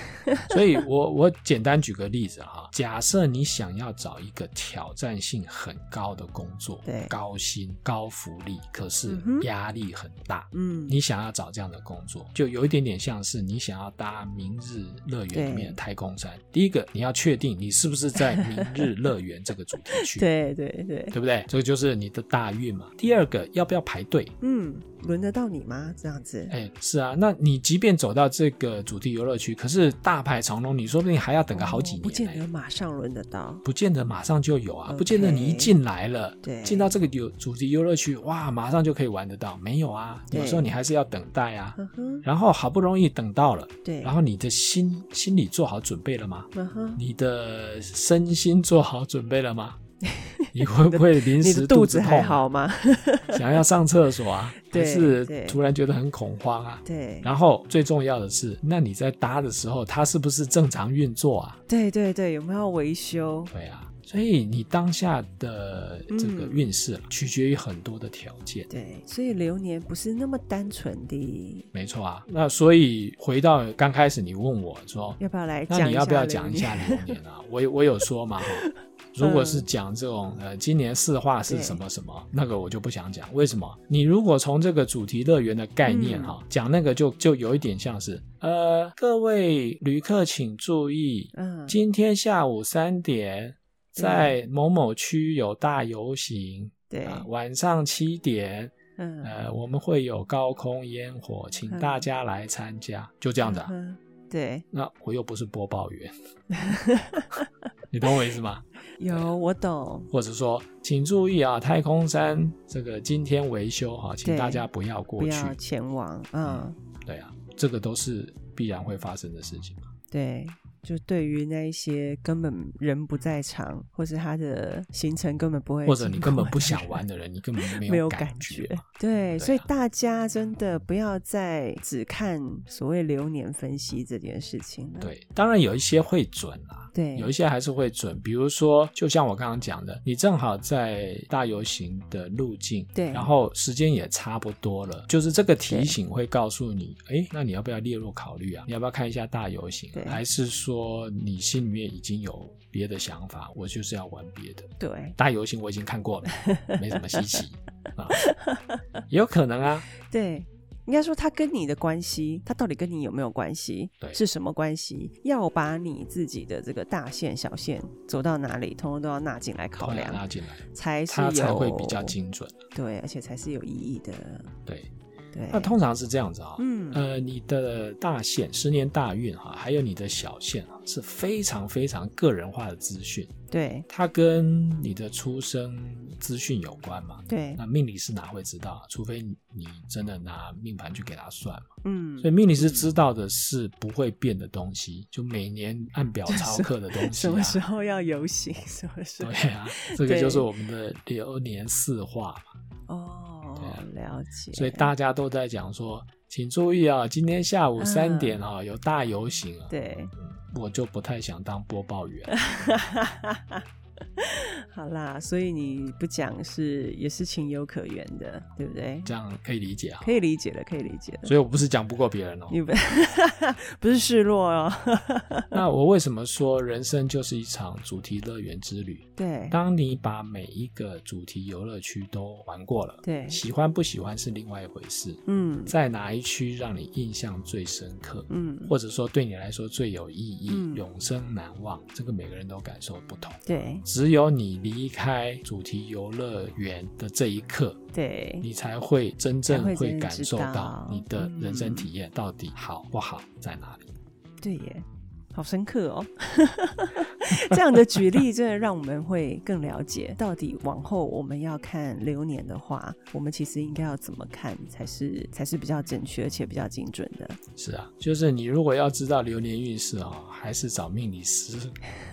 [SPEAKER 1] 所以我我简单举个例子哈、假设你想要找一个挑战性很高的工作，
[SPEAKER 2] 对
[SPEAKER 1] 高薪、高福利，可是
[SPEAKER 2] 嗯哼
[SPEAKER 1] 压力很大。
[SPEAKER 2] 嗯，
[SPEAKER 1] 你想要找这样的工作，就有一点点像是你想要搭明日乐园里面的
[SPEAKER 2] 对
[SPEAKER 1] 太空山。第一个，你要确定你是不是在明日乐园这个主题区。
[SPEAKER 2] 对对对，
[SPEAKER 1] 对不对？这个就是你的大运嘛。第二个，要不要排队？
[SPEAKER 2] 嗯，轮得到你吗？这样子，
[SPEAKER 1] 哎，是啊，那你即便走到这个主题游乐区，可是大排长龙，你说不定还要等个好几
[SPEAKER 2] 哦
[SPEAKER 1] 年、
[SPEAKER 2] 不见
[SPEAKER 1] 哎
[SPEAKER 2] 得马上轮得到，
[SPEAKER 1] 不见得马上就有啊
[SPEAKER 2] OK
[SPEAKER 1] 不见得你一进来了，
[SPEAKER 2] 对
[SPEAKER 1] 进到这个游主题游乐区，哇，马上就可以玩得到，没有啊，
[SPEAKER 2] 对
[SPEAKER 1] 有时候你还是要等待啊。
[SPEAKER 2] 嗯哼，
[SPEAKER 1] 然后好不容易等到了，
[SPEAKER 2] 对，
[SPEAKER 1] 然后你的心心里做好准备了吗？
[SPEAKER 2] 嗯哼，
[SPEAKER 1] 你的身心做好准备了吗？ 你会不会临
[SPEAKER 2] 你
[SPEAKER 1] 时
[SPEAKER 2] 的肚
[SPEAKER 1] 子
[SPEAKER 2] 子
[SPEAKER 1] 痛
[SPEAKER 2] 还
[SPEAKER 1] 啊
[SPEAKER 2] 好吗？
[SPEAKER 1] 想要上厕所啊，还
[SPEAKER 2] 对
[SPEAKER 1] 是
[SPEAKER 2] 对
[SPEAKER 1] 突然觉得很恐慌啊？
[SPEAKER 2] 对，
[SPEAKER 1] 然后最重要的是，那你在搭的时候，它是不是正常运作啊？
[SPEAKER 2] 对对对，有没有维修？
[SPEAKER 1] 对啊，所以你当下的这个
[SPEAKER 2] 嗯
[SPEAKER 1] 运势、啊取决于很多的条件。
[SPEAKER 2] 对，所以流年不是那么单纯的，
[SPEAKER 1] 没错啊，那所以回到刚开始你问我说，
[SPEAKER 2] 要不要来讲一
[SPEAKER 1] 那
[SPEAKER 2] 下？
[SPEAKER 1] 你要不要讲一 下？流年啊？我有我有说嘛哈，如
[SPEAKER 2] 嗯
[SPEAKER 1] 果是讲这种呃，今年四化是什么什么，那个我就不想讲。为什么？你如果从这个主题乐园的概
[SPEAKER 2] 嗯
[SPEAKER 1] 念哈、讲那个就就有一点像是呃，各位旅客请注意，
[SPEAKER 2] 嗯，
[SPEAKER 1] 今天下午三点在某某区有大游行
[SPEAKER 2] 对，
[SPEAKER 1] 啊、晚上七点
[SPEAKER 2] 嗯，
[SPEAKER 1] 呃我们会有高空烟火，请
[SPEAKER 2] 嗯
[SPEAKER 1] 大家来参加，就这
[SPEAKER 2] 这
[SPEAKER 1] 样的啊、
[SPEAKER 2] 嗯对，
[SPEAKER 1] 那我又不是播报员，你懂我意思吗？
[SPEAKER 2] 有我懂，
[SPEAKER 1] 或者说，请注意啊，太空山这个今天维修啊，请
[SPEAKER 2] 对
[SPEAKER 1] 大家不要过
[SPEAKER 2] 不
[SPEAKER 1] 去。
[SPEAKER 2] 要前往，嗯，
[SPEAKER 1] 对啊，这个都是必然会发生的事情嘛。
[SPEAKER 2] 对。就对于那一些根本人不在场，或是他的行程根本不会
[SPEAKER 1] 或
[SPEAKER 2] 经过的
[SPEAKER 1] 者
[SPEAKER 2] 人，
[SPEAKER 1] 你根本不想 玩的人，你根本
[SPEAKER 2] 没
[SPEAKER 1] 没
[SPEAKER 2] 有
[SPEAKER 1] 有
[SPEAKER 2] 感
[SPEAKER 1] 感
[SPEAKER 2] 觉
[SPEAKER 1] 觉。。
[SPEAKER 2] 对，
[SPEAKER 1] 啊
[SPEAKER 2] 所以大家真的不要再只看所谓流年分析这件事情了。
[SPEAKER 1] 对，当然有一些会准啊，
[SPEAKER 2] 对，
[SPEAKER 1] 有一些还是会准。比如说，就像我刚刚讲的，你正好在大游行的路径，
[SPEAKER 2] 对
[SPEAKER 1] 然后时间也差不多了，就是这个
[SPEAKER 2] 对
[SPEAKER 1] 提醒会告诉你，哎，那你要不要列入考虑啊？你要不要看一下大游行
[SPEAKER 2] 对？
[SPEAKER 1] 还是说你心里面已经有别的想法，我就是要玩别的？
[SPEAKER 2] 对
[SPEAKER 1] 大游行我已经看过了，没什么稀 奇啊，也有可能啊，
[SPEAKER 2] 对，应该说他跟你的关系，他到底跟你有没有关系？
[SPEAKER 1] 对
[SPEAKER 2] 是什么关系？要把你自己的这个大线、小线走到哪里，通通都要纳进来 考
[SPEAKER 1] 把它拉
[SPEAKER 2] 量，
[SPEAKER 1] 进来，
[SPEAKER 2] 才是
[SPEAKER 1] 它
[SPEAKER 2] 有
[SPEAKER 1] 啊才会比较精准。啊
[SPEAKER 2] 对，而且才是有意义的。
[SPEAKER 1] 对，
[SPEAKER 2] 对，
[SPEAKER 1] 那通常是这样子啊、
[SPEAKER 2] 嗯，
[SPEAKER 1] 呃，你的大限、十年大运哈、还有你的小限啊，是非常非常个人化的资讯，
[SPEAKER 2] 对
[SPEAKER 1] 它跟你的出生资讯有关嘛。
[SPEAKER 2] 对，
[SPEAKER 1] 那命理师哪会知道啊？除非你真的拿命盘去给他算嘛。
[SPEAKER 2] 嗯
[SPEAKER 1] 所，以命理师知道的是不会变的东西，就每年按表操课的东西
[SPEAKER 2] 什么时
[SPEAKER 1] 啊。
[SPEAKER 2] 候要游行？ 什么时候
[SPEAKER 1] 对？ 啊，这个
[SPEAKER 2] 对
[SPEAKER 1] 就是我们的流年四化嘛。
[SPEAKER 2] 哦
[SPEAKER 1] 对啊，
[SPEAKER 2] 了解。
[SPEAKER 1] 所以大家都在讲说，请注意啊，今天下午三点
[SPEAKER 2] 嗯
[SPEAKER 1] 啊、有大游行啊。
[SPEAKER 2] 对，
[SPEAKER 1] 我就不太想当播报员。
[SPEAKER 2] 好啦，所以你不讲是也是情有可原的，对不对？
[SPEAKER 1] 这样可以理解啊。
[SPEAKER 2] 可以理解的，可以理解的。
[SPEAKER 1] 所以我不是讲不过别人哦。
[SPEAKER 2] 你不 不是示弱哦，
[SPEAKER 1] 那我为什么说人生就是一场主题乐园之旅？
[SPEAKER 2] 对
[SPEAKER 1] 当你把每一个主题游乐区都玩过了，
[SPEAKER 2] 对，
[SPEAKER 1] 喜欢不喜欢是另外一回事。
[SPEAKER 2] 嗯
[SPEAKER 1] 在哪一区让你印象最深刻，
[SPEAKER 2] 嗯，
[SPEAKER 1] 或者说对你来说最有意义、
[SPEAKER 2] 嗯
[SPEAKER 1] 永生难忘？这个每个人都感受不同。
[SPEAKER 2] 对
[SPEAKER 1] 只有你离开主题游乐园的这一刻，
[SPEAKER 2] 对，
[SPEAKER 1] 你才会真正
[SPEAKER 2] 才会真
[SPEAKER 1] 会
[SPEAKER 2] 正
[SPEAKER 1] 感
[SPEAKER 2] 知
[SPEAKER 1] 受
[SPEAKER 2] 道
[SPEAKER 1] 到你的人生
[SPEAKER 2] 嗯
[SPEAKER 1] 体验到底好不好在哪里。
[SPEAKER 2] 对耶，好深刻哦！ 这样的举例真的让我们会更了解，到底往后我们要看流年的话，我们其实应该要怎么看才是才是比较正确而且比较精准的。
[SPEAKER 1] 是啊，就是你如果要知道流年运势哦，还是找命理师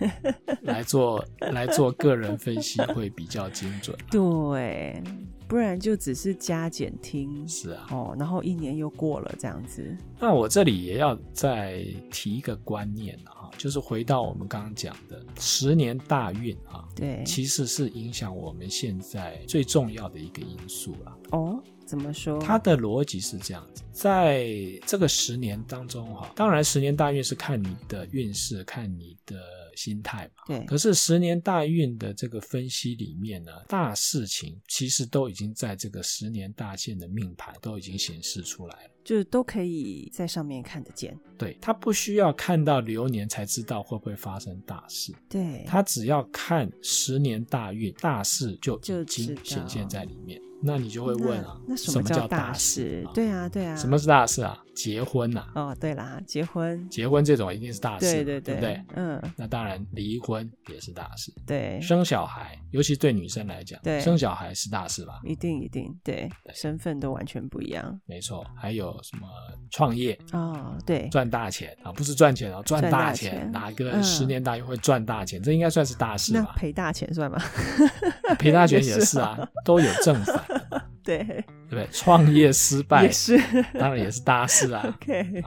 [SPEAKER 1] 来做来做个人分析会比较精准。
[SPEAKER 2] 对，不然就只是加减听
[SPEAKER 1] 是啊，
[SPEAKER 2] 哦，然后一年又过了这样子。
[SPEAKER 1] 那我这里也要再提一个观念啊，就是回到我们刚刚讲的十年大运啊，
[SPEAKER 2] 对，
[SPEAKER 1] 其实是影响我们现在最重要的一个因素啊啦、
[SPEAKER 2] 哦，怎么说？
[SPEAKER 1] 它的逻辑是这样子，在这个十年当中哈，当然十年大运是看你的运势，看你的心态嘛。
[SPEAKER 2] 对
[SPEAKER 1] 可是十年大运的这个分析里面呢，大事情其实都已经在这个十年大限的命盘都已经显示出来了。
[SPEAKER 2] 就是都可以在上面看得见。
[SPEAKER 1] 对，他不需要看到流年才知道会不会发生大事，
[SPEAKER 2] 对，
[SPEAKER 1] 他只要看十年大运，大事就
[SPEAKER 2] 就
[SPEAKER 1] 已经
[SPEAKER 2] 知道
[SPEAKER 1] 显现在里面。那你就会问啊，
[SPEAKER 2] 那那
[SPEAKER 1] 什
[SPEAKER 2] 什么
[SPEAKER 1] 叫
[SPEAKER 2] 叫大
[SPEAKER 1] 事
[SPEAKER 2] 事
[SPEAKER 1] 啊？？
[SPEAKER 2] 对啊，对啊。
[SPEAKER 1] 什么？是大事啊？结婚呐、啊，
[SPEAKER 2] 哦，对啦，结婚。
[SPEAKER 1] 结婚这种一定是大事嘛，
[SPEAKER 2] 对对
[SPEAKER 1] 不对？
[SPEAKER 2] 嗯，
[SPEAKER 1] 那当然，离婚也是大事，
[SPEAKER 2] 对，
[SPEAKER 1] 生小孩，尤其对女生来讲，
[SPEAKER 2] 对
[SPEAKER 1] 生小孩是大事吧？
[SPEAKER 2] 一定一定，对，
[SPEAKER 1] 对
[SPEAKER 2] 身份都完全不一样
[SPEAKER 1] 没错，还有什么创业
[SPEAKER 2] 哦，对，
[SPEAKER 1] 赚大钱啊？不是赚钱啊，赚
[SPEAKER 2] 赚
[SPEAKER 1] 大
[SPEAKER 2] 大
[SPEAKER 1] 钱，
[SPEAKER 2] 钱
[SPEAKER 1] 哪个
[SPEAKER 2] 嗯
[SPEAKER 1] 十年大运会赚大钱？这应该算是大事
[SPEAKER 2] 那
[SPEAKER 1] 吧？
[SPEAKER 2] 赔大钱算吗？
[SPEAKER 1] 赔大钱也
[SPEAKER 2] 也
[SPEAKER 1] 是
[SPEAKER 2] 是
[SPEAKER 1] 啊
[SPEAKER 2] 啊，
[SPEAKER 1] 都有正反，
[SPEAKER 2] 对，
[SPEAKER 1] 对不对？创业失败
[SPEAKER 2] 也是嗯
[SPEAKER 1] 当然也是大事啊。
[SPEAKER 2] ，OK，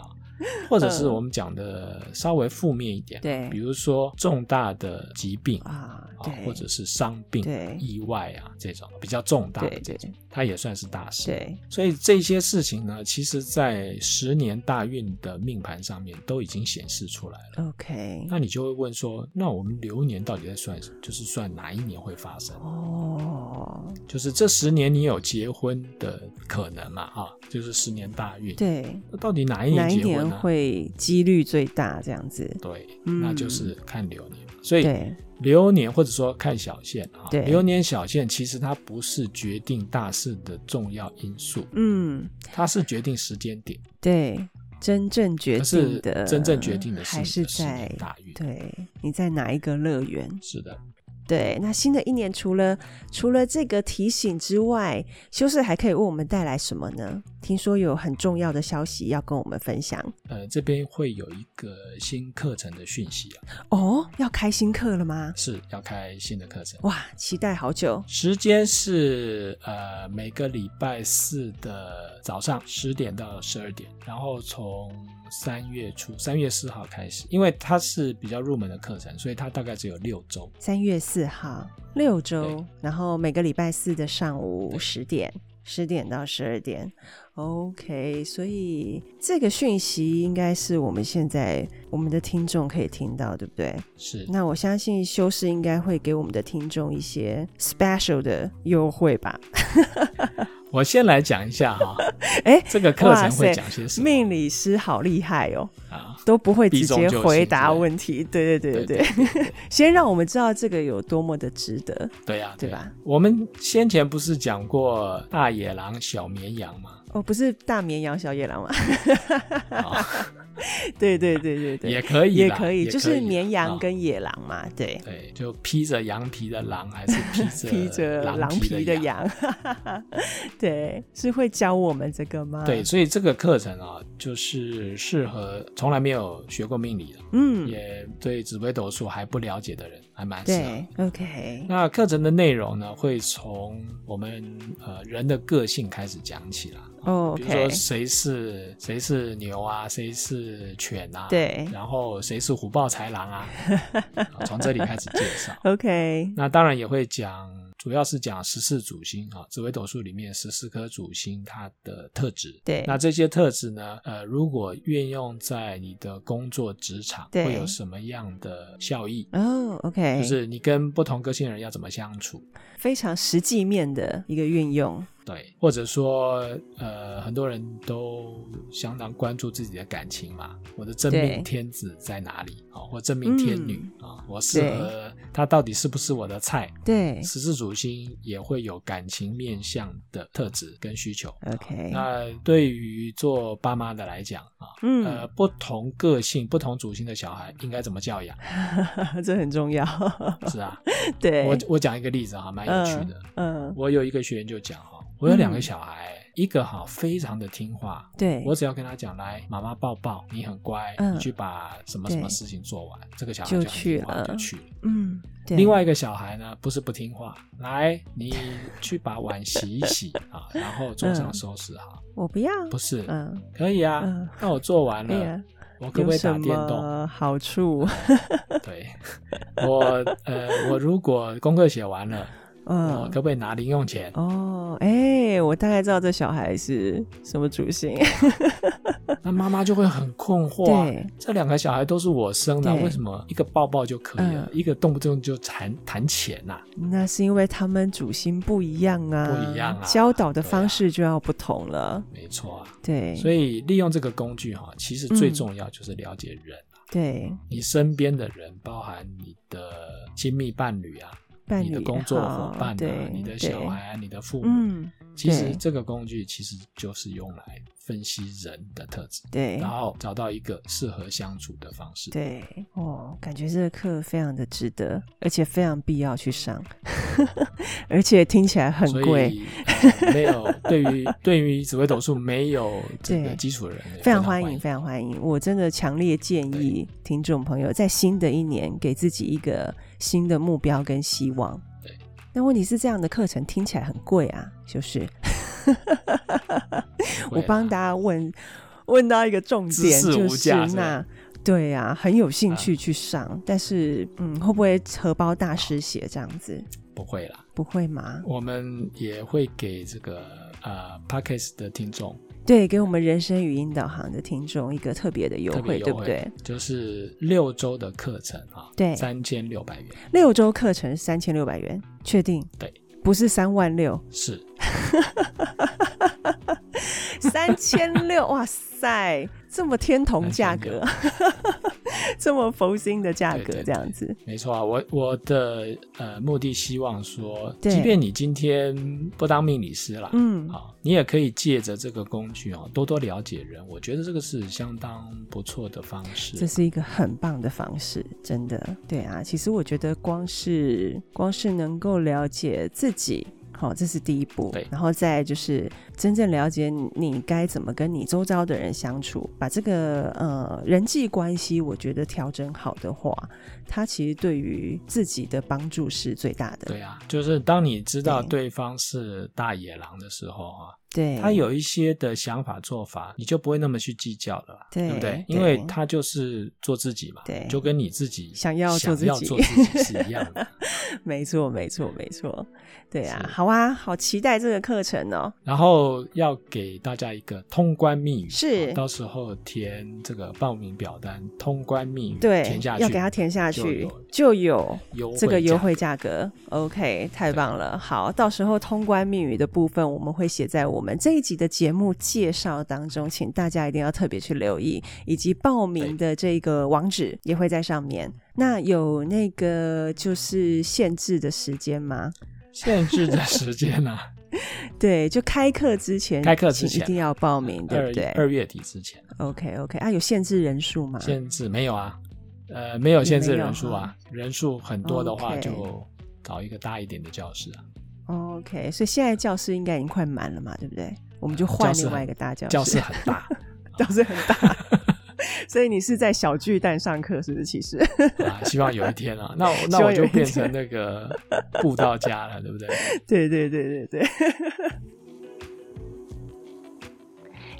[SPEAKER 1] 或者是我们讲的稍微负面一点，
[SPEAKER 2] 对
[SPEAKER 1] 比如说重大的疾病
[SPEAKER 2] 啊，
[SPEAKER 1] 啊，
[SPEAKER 2] 对，
[SPEAKER 1] 或者是伤病、
[SPEAKER 2] 对
[SPEAKER 1] 意外啊这种比较重大的
[SPEAKER 2] 对
[SPEAKER 1] 这
[SPEAKER 2] 对
[SPEAKER 1] 种，它也算是大事。
[SPEAKER 2] 对，
[SPEAKER 1] 所以这些事情呢，其实在十年大运的命盘上面都已经显示出来了。
[SPEAKER 2] ，OK，
[SPEAKER 1] 那你就会问说，那我们流年到底在算什么？就是算哪一年会发生？
[SPEAKER 2] 哦，
[SPEAKER 1] 就是这十年你有结婚的可能嘛？啊，就是十年大运。
[SPEAKER 2] 对，
[SPEAKER 1] 那到底哪一
[SPEAKER 2] 哪
[SPEAKER 1] 年
[SPEAKER 2] 一
[SPEAKER 1] 结婚啊
[SPEAKER 2] 年
[SPEAKER 1] 呢？
[SPEAKER 2] 会几率最大？这样子，
[SPEAKER 1] 对，
[SPEAKER 2] 嗯
[SPEAKER 1] 那就是看流年嘛。所以
[SPEAKER 2] 对，
[SPEAKER 1] 流年或者说看小限啊，
[SPEAKER 2] 对
[SPEAKER 1] 流年小限其实它不是决定大事的重要因素，
[SPEAKER 2] 嗯，
[SPEAKER 1] 它是决定时间点，
[SPEAKER 2] 对，真正决
[SPEAKER 1] 可
[SPEAKER 2] 定
[SPEAKER 1] 是
[SPEAKER 2] 的，
[SPEAKER 1] 真正决定的
[SPEAKER 2] 还
[SPEAKER 1] 是
[SPEAKER 2] 是
[SPEAKER 1] 你的十
[SPEAKER 2] 在
[SPEAKER 1] 年大运。
[SPEAKER 2] 对你在哪一个乐园？
[SPEAKER 1] 是的，
[SPEAKER 2] 对，那新的一年除了除了这个提醒之外，修士还可以为我们带来什么呢？听说有很重要的消息要跟我们分享
[SPEAKER 1] 呃，这边会有一个新课程的讯息啊，
[SPEAKER 2] 哦，要开新课了吗？
[SPEAKER 1] 是要开新的课程。
[SPEAKER 2] 哇，期待好久。
[SPEAKER 1] 时间是呃每个礼拜四的早上十点到十二点，然后从三月初三月四号开始，因为它是比较入门的课程，所以它大概只有六周。
[SPEAKER 2] 三月四号，六周
[SPEAKER 1] 对，
[SPEAKER 2] 然后每个礼拜四的上午
[SPEAKER 1] 对
[SPEAKER 2] 十点，十点到十二点。OK，所以这个讯息应该是我们现在我们的听众可以听到，对不对？
[SPEAKER 1] 是
[SPEAKER 2] 那我相信修饰应该会给我们的听众一些 special 的优惠吧？
[SPEAKER 1] 我先来讲一下哈，
[SPEAKER 2] 哎
[SPEAKER 1] 这个课程
[SPEAKER 2] 哇
[SPEAKER 1] 会
[SPEAKER 2] 塞
[SPEAKER 1] 讲些什么？
[SPEAKER 2] 命理师好厉害哦，
[SPEAKER 1] 啊，
[SPEAKER 2] 都不会直
[SPEAKER 1] 避重
[SPEAKER 2] 接
[SPEAKER 1] 就轻
[SPEAKER 2] 回答问题。对对对对
[SPEAKER 1] 对
[SPEAKER 2] 对， 先让我们知道这个有多么的值得。
[SPEAKER 1] 对呀、
[SPEAKER 2] 对
[SPEAKER 1] 呀
[SPEAKER 2] 吧？
[SPEAKER 1] 我们先前不是讲过大野狼、小绵羊吗？
[SPEAKER 2] 哦，不是大绵羊、小野狼吗？
[SPEAKER 1] 啊，
[SPEAKER 2] 对对对对对，
[SPEAKER 1] 也可以啦，
[SPEAKER 2] 也
[SPEAKER 1] 也
[SPEAKER 2] 可以，就是绵
[SPEAKER 1] 啊
[SPEAKER 2] 羊跟野狼嘛，对。
[SPEAKER 1] 对，就披着羊皮的狼， 还是披着
[SPEAKER 2] 披着
[SPEAKER 1] 狼
[SPEAKER 2] 狼皮
[SPEAKER 1] 的
[SPEAKER 2] 的？羊， 对，是会教我们这个吗？
[SPEAKER 1] 对，，所以这个课程啊，就是适合从来没有学过命理的，
[SPEAKER 2] 嗯，
[SPEAKER 1] 也对紫微斗数还不了解的人，还蛮适合
[SPEAKER 2] 对。，OK，
[SPEAKER 1] 啊那课程的内容呢，会从我们呃人的个性开始讲起啦。
[SPEAKER 2] 哦
[SPEAKER 1] 比如说
[SPEAKER 2] ，OK，
[SPEAKER 1] 谁是谁是牛啊，谁是犬啊，，
[SPEAKER 2] 对
[SPEAKER 1] 然后谁是虎豹豺狼 啊，啊从这里开始介绍。
[SPEAKER 2] ，OK，
[SPEAKER 1] 那当然也会讲，主要是讲十四主星啊，紫微斗数里面十四颗主星它的特质。
[SPEAKER 2] 对
[SPEAKER 1] 那这些特质呢，呃，如果运用在你的工作职场，
[SPEAKER 2] 对
[SPEAKER 1] 会有什么样的效益？
[SPEAKER 2] 哦，OK，
[SPEAKER 1] 就是你跟不同个性的人要怎么相处？
[SPEAKER 2] 非常实际面的一个运用。
[SPEAKER 1] 对，或者说，呃，很多人都相当关注自己的感情嘛，我的真
[SPEAKER 2] 对嗯
[SPEAKER 1] 命天子在哪里啊、或真命天女啊、我适合他到底是不是我的菜？
[SPEAKER 2] 对
[SPEAKER 1] 十字主星也会有感情面向的特质跟需求。啊
[SPEAKER 2] ，OK，
[SPEAKER 1] 那对于做爸妈的来讲啊，
[SPEAKER 2] 嗯，
[SPEAKER 1] 呃，不同个性、不同主星的小孩应该怎么教养？
[SPEAKER 2] 这很重要，
[SPEAKER 1] 是啊， 呃
[SPEAKER 2] 对，
[SPEAKER 1] 我我讲一个例子哈，蛮有趣的。
[SPEAKER 2] 嗯，
[SPEAKER 1] 我有一个学员就讲哈，我有两个小孩，一个哈非常的听话，
[SPEAKER 2] 对，
[SPEAKER 1] 我只要跟他讲来，妈妈抱抱，你很乖，
[SPEAKER 2] 嗯
[SPEAKER 1] 你去把什么什么
[SPEAKER 2] 对
[SPEAKER 1] 事情做完，这个小孩
[SPEAKER 2] 就
[SPEAKER 1] 很听话
[SPEAKER 2] 去了
[SPEAKER 1] 就去了。
[SPEAKER 2] 嗯，对，
[SPEAKER 1] 另外一个小孩呢，不是不听话，来，你去把碗洗一洗啊， 然后桌上收拾好。
[SPEAKER 2] 我不要，
[SPEAKER 1] 不是，
[SPEAKER 2] 嗯，
[SPEAKER 1] 可以啊
[SPEAKER 2] 嗯，
[SPEAKER 1] 那我做完
[SPEAKER 2] 哎呀
[SPEAKER 1] 了，，我可不
[SPEAKER 2] 有
[SPEAKER 1] 可以打
[SPEAKER 2] 什
[SPEAKER 1] 电动？
[SPEAKER 2] 么 好处？
[SPEAKER 1] 对，我呃，我如果功课写完了，我
[SPEAKER 2] 嗯
[SPEAKER 1] 可，不可以拿零用钱？
[SPEAKER 2] 哦，哎、我大概知道这小孩是什么主性，
[SPEAKER 1] 那妈妈就会很困惑啊
[SPEAKER 2] 对。
[SPEAKER 1] 这两个小孩都是我生的，
[SPEAKER 2] 对嗯
[SPEAKER 1] 为什么一个抱抱就可以了，一个动不动就谈谈钱啊呐？
[SPEAKER 2] 那是因为他们主心不一样啊，
[SPEAKER 1] 不一样啊
[SPEAKER 2] 教导的
[SPEAKER 1] 对啊
[SPEAKER 2] 方式就要不同了，
[SPEAKER 1] 没错啊。
[SPEAKER 2] 对，
[SPEAKER 1] 所
[SPEAKER 2] 以
[SPEAKER 1] 以利用这个工具哈、其实最重要就是了解人，啊
[SPEAKER 2] 对
[SPEAKER 1] 你身边的人，包含你的亲密伴侣啊，
[SPEAKER 2] 伴
[SPEAKER 1] 你
[SPEAKER 2] 侣
[SPEAKER 1] 的
[SPEAKER 2] 也
[SPEAKER 1] 工作伙
[SPEAKER 2] 好
[SPEAKER 1] 伴啊
[SPEAKER 2] 对，，
[SPEAKER 1] 你的小孩啊，你的父
[SPEAKER 2] 对，
[SPEAKER 1] 母。
[SPEAKER 2] 嗯，
[SPEAKER 1] 其实
[SPEAKER 2] 对
[SPEAKER 1] 这个工具其实就是用来分析人的特质。
[SPEAKER 2] 对
[SPEAKER 1] 然。后找到一个适合相处的方式。
[SPEAKER 2] 对，哦，感觉这个课非常的值得，而且非常必要去上， 而且听起来很
[SPEAKER 1] 所
[SPEAKER 2] 贵，
[SPEAKER 1] 以、呃没有 对于对于紫微斗数没有这个
[SPEAKER 2] 对
[SPEAKER 1] 基础的人也
[SPEAKER 2] 非常
[SPEAKER 1] 欢
[SPEAKER 2] 欢迎，非常欢迎！我真的强烈建议听众朋友在新的一年给自己一个新的目标跟希望。
[SPEAKER 1] 对，
[SPEAKER 2] 那问题是这样的课程听起来很贵啊，就是我帮大
[SPEAKER 1] 家
[SPEAKER 2] 家问问到一个重
[SPEAKER 1] 知
[SPEAKER 2] 点，
[SPEAKER 1] 识
[SPEAKER 2] 就
[SPEAKER 1] 无
[SPEAKER 2] 是
[SPEAKER 1] 价是吧
[SPEAKER 2] 那对啊，很有兴趣去上，但是嗯，会不会荷包大失血这样子？
[SPEAKER 1] 不会啦，
[SPEAKER 2] 不会吗？
[SPEAKER 1] 我们也会给这个呃 p a c k e s 的听众
[SPEAKER 2] 对，给我们人生语音导航的听众一个特别的优
[SPEAKER 1] 特别
[SPEAKER 2] 惠，
[SPEAKER 1] 优惠，
[SPEAKER 2] 对不对？？
[SPEAKER 1] 就是六周的课程啊，
[SPEAKER 2] 对
[SPEAKER 1] 三千六百元
[SPEAKER 2] 六周课程三千六百元，确定？
[SPEAKER 1] 对，
[SPEAKER 2] 不是三万六，
[SPEAKER 1] 是
[SPEAKER 2] 三千六，哇塞，这么天同价格， 这么佛心的价
[SPEAKER 1] 对
[SPEAKER 2] 格，
[SPEAKER 1] 对
[SPEAKER 2] 这样子，
[SPEAKER 1] 没错啊。我我的呃目的希望说，
[SPEAKER 2] 对
[SPEAKER 1] 即便你今天不当命理师啦，
[SPEAKER 2] 嗯，
[SPEAKER 1] 啊，你也可以借着这个工具哦，多多了解人。我觉得这个是相当不错的方
[SPEAKER 2] 这
[SPEAKER 1] 式。
[SPEAKER 2] 是一个很棒的方式，真的，对啊，其实我觉得光是光是能够了解自己。好，这是第一步
[SPEAKER 1] 对，
[SPEAKER 2] 然后再来就是真正了解你你该怎么跟你周遭的人相处，把这个呃人际关系，我觉得调整好的话，它其实对于自己的帮助是最大的。
[SPEAKER 1] 对啊，就是当你知道
[SPEAKER 2] 对
[SPEAKER 1] 对方是大野狼的时候啊，
[SPEAKER 2] 对，
[SPEAKER 1] 他有一些的想法做法，你就不会那么去计较了啦，
[SPEAKER 2] 对
[SPEAKER 1] 不对
[SPEAKER 2] 对？
[SPEAKER 1] 因为他就是做自己嘛，
[SPEAKER 2] 对
[SPEAKER 1] 就跟你自己
[SPEAKER 2] 想要做
[SPEAKER 1] 想
[SPEAKER 2] 自己
[SPEAKER 1] 要做自己是一样的。
[SPEAKER 2] 没错，没错，没错，对啊，
[SPEAKER 1] 是
[SPEAKER 2] 好啊，好期待这个课程哦。
[SPEAKER 1] 然后要给大家一个通关密语，
[SPEAKER 2] 是
[SPEAKER 1] 啊到时候填这个报名表单，通关密语
[SPEAKER 2] 对
[SPEAKER 1] 填下，去，
[SPEAKER 2] 要给它填下
[SPEAKER 1] 就
[SPEAKER 2] 去
[SPEAKER 1] 有，
[SPEAKER 2] 就有
[SPEAKER 1] 优
[SPEAKER 2] 这个优
[SPEAKER 1] 价
[SPEAKER 2] 惠价格。OK，太棒了。好，到时候通关密语的部分，我们会写在我们这一集的节目介绍当中，请大家一定要特别去留意，以及报名的这个网址也会在上面。那有那个就是限制的时间吗？
[SPEAKER 1] 限制的时间呢、啊，
[SPEAKER 2] 对，就开课之前，
[SPEAKER 1] 开课之
[SPEAKER 2] 请一
[SPEAKER 1] 前
[SPEAKER 2] 定要报名， 对
[SPEAKER 1] 二
[SPEAKER 2] 不对？
[SPEAKER 1] 二月底之前。
[SPEAKER 2] OK OK 啊，有限制人数吗？
[SPEAKER 1] 限制没有啊，呃，
[SPEAKER 2] 嗯
[SPEAKER 1] 没有限制人数啊，人数很多的话
[SPEAKER 2] OK
[SPEAKER 1] 就搞一个大一点的教室啊，
[SPEAKER 2] OK，所以现在教室应该已经快满了嘛，对不对？我们就换
[SPEAKER 1] 教室
[SPEAKER 2] 另
[SPEAKER 1] 很
[SPEAKER 2] 外一个大教室，
[SPEAKER 1] 教室很大，
[SPEAKER 2] 教室很大。 所以你是在小巨蛋上课，是不是？其实
[SPEAKER 1] 啊，希望有一天啊，那我
[SPEAKER 2] 希
[SPEAKER 1] 那
[SPEAKER 2] 望
[SPEAKER 1] 我
[SPEAKER 2] 有
[SPEAKER 1] 就
[SPEAKER 2] 一天
[SPEAKER 1] 变成那个布道家了，对不对？
[SPEAKER 2] 对对对对对。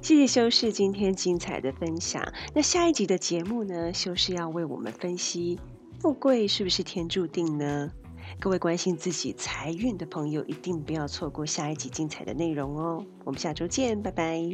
[SPEAKER 2] 谢谢修士今天精彩的分享。那下一集的节目呢，修士要为我们分析富贵是不是天注定呢？各位关心自己财运的朋友，一定不要错过下一集精彩的内容哦。我们下周见，拜拜。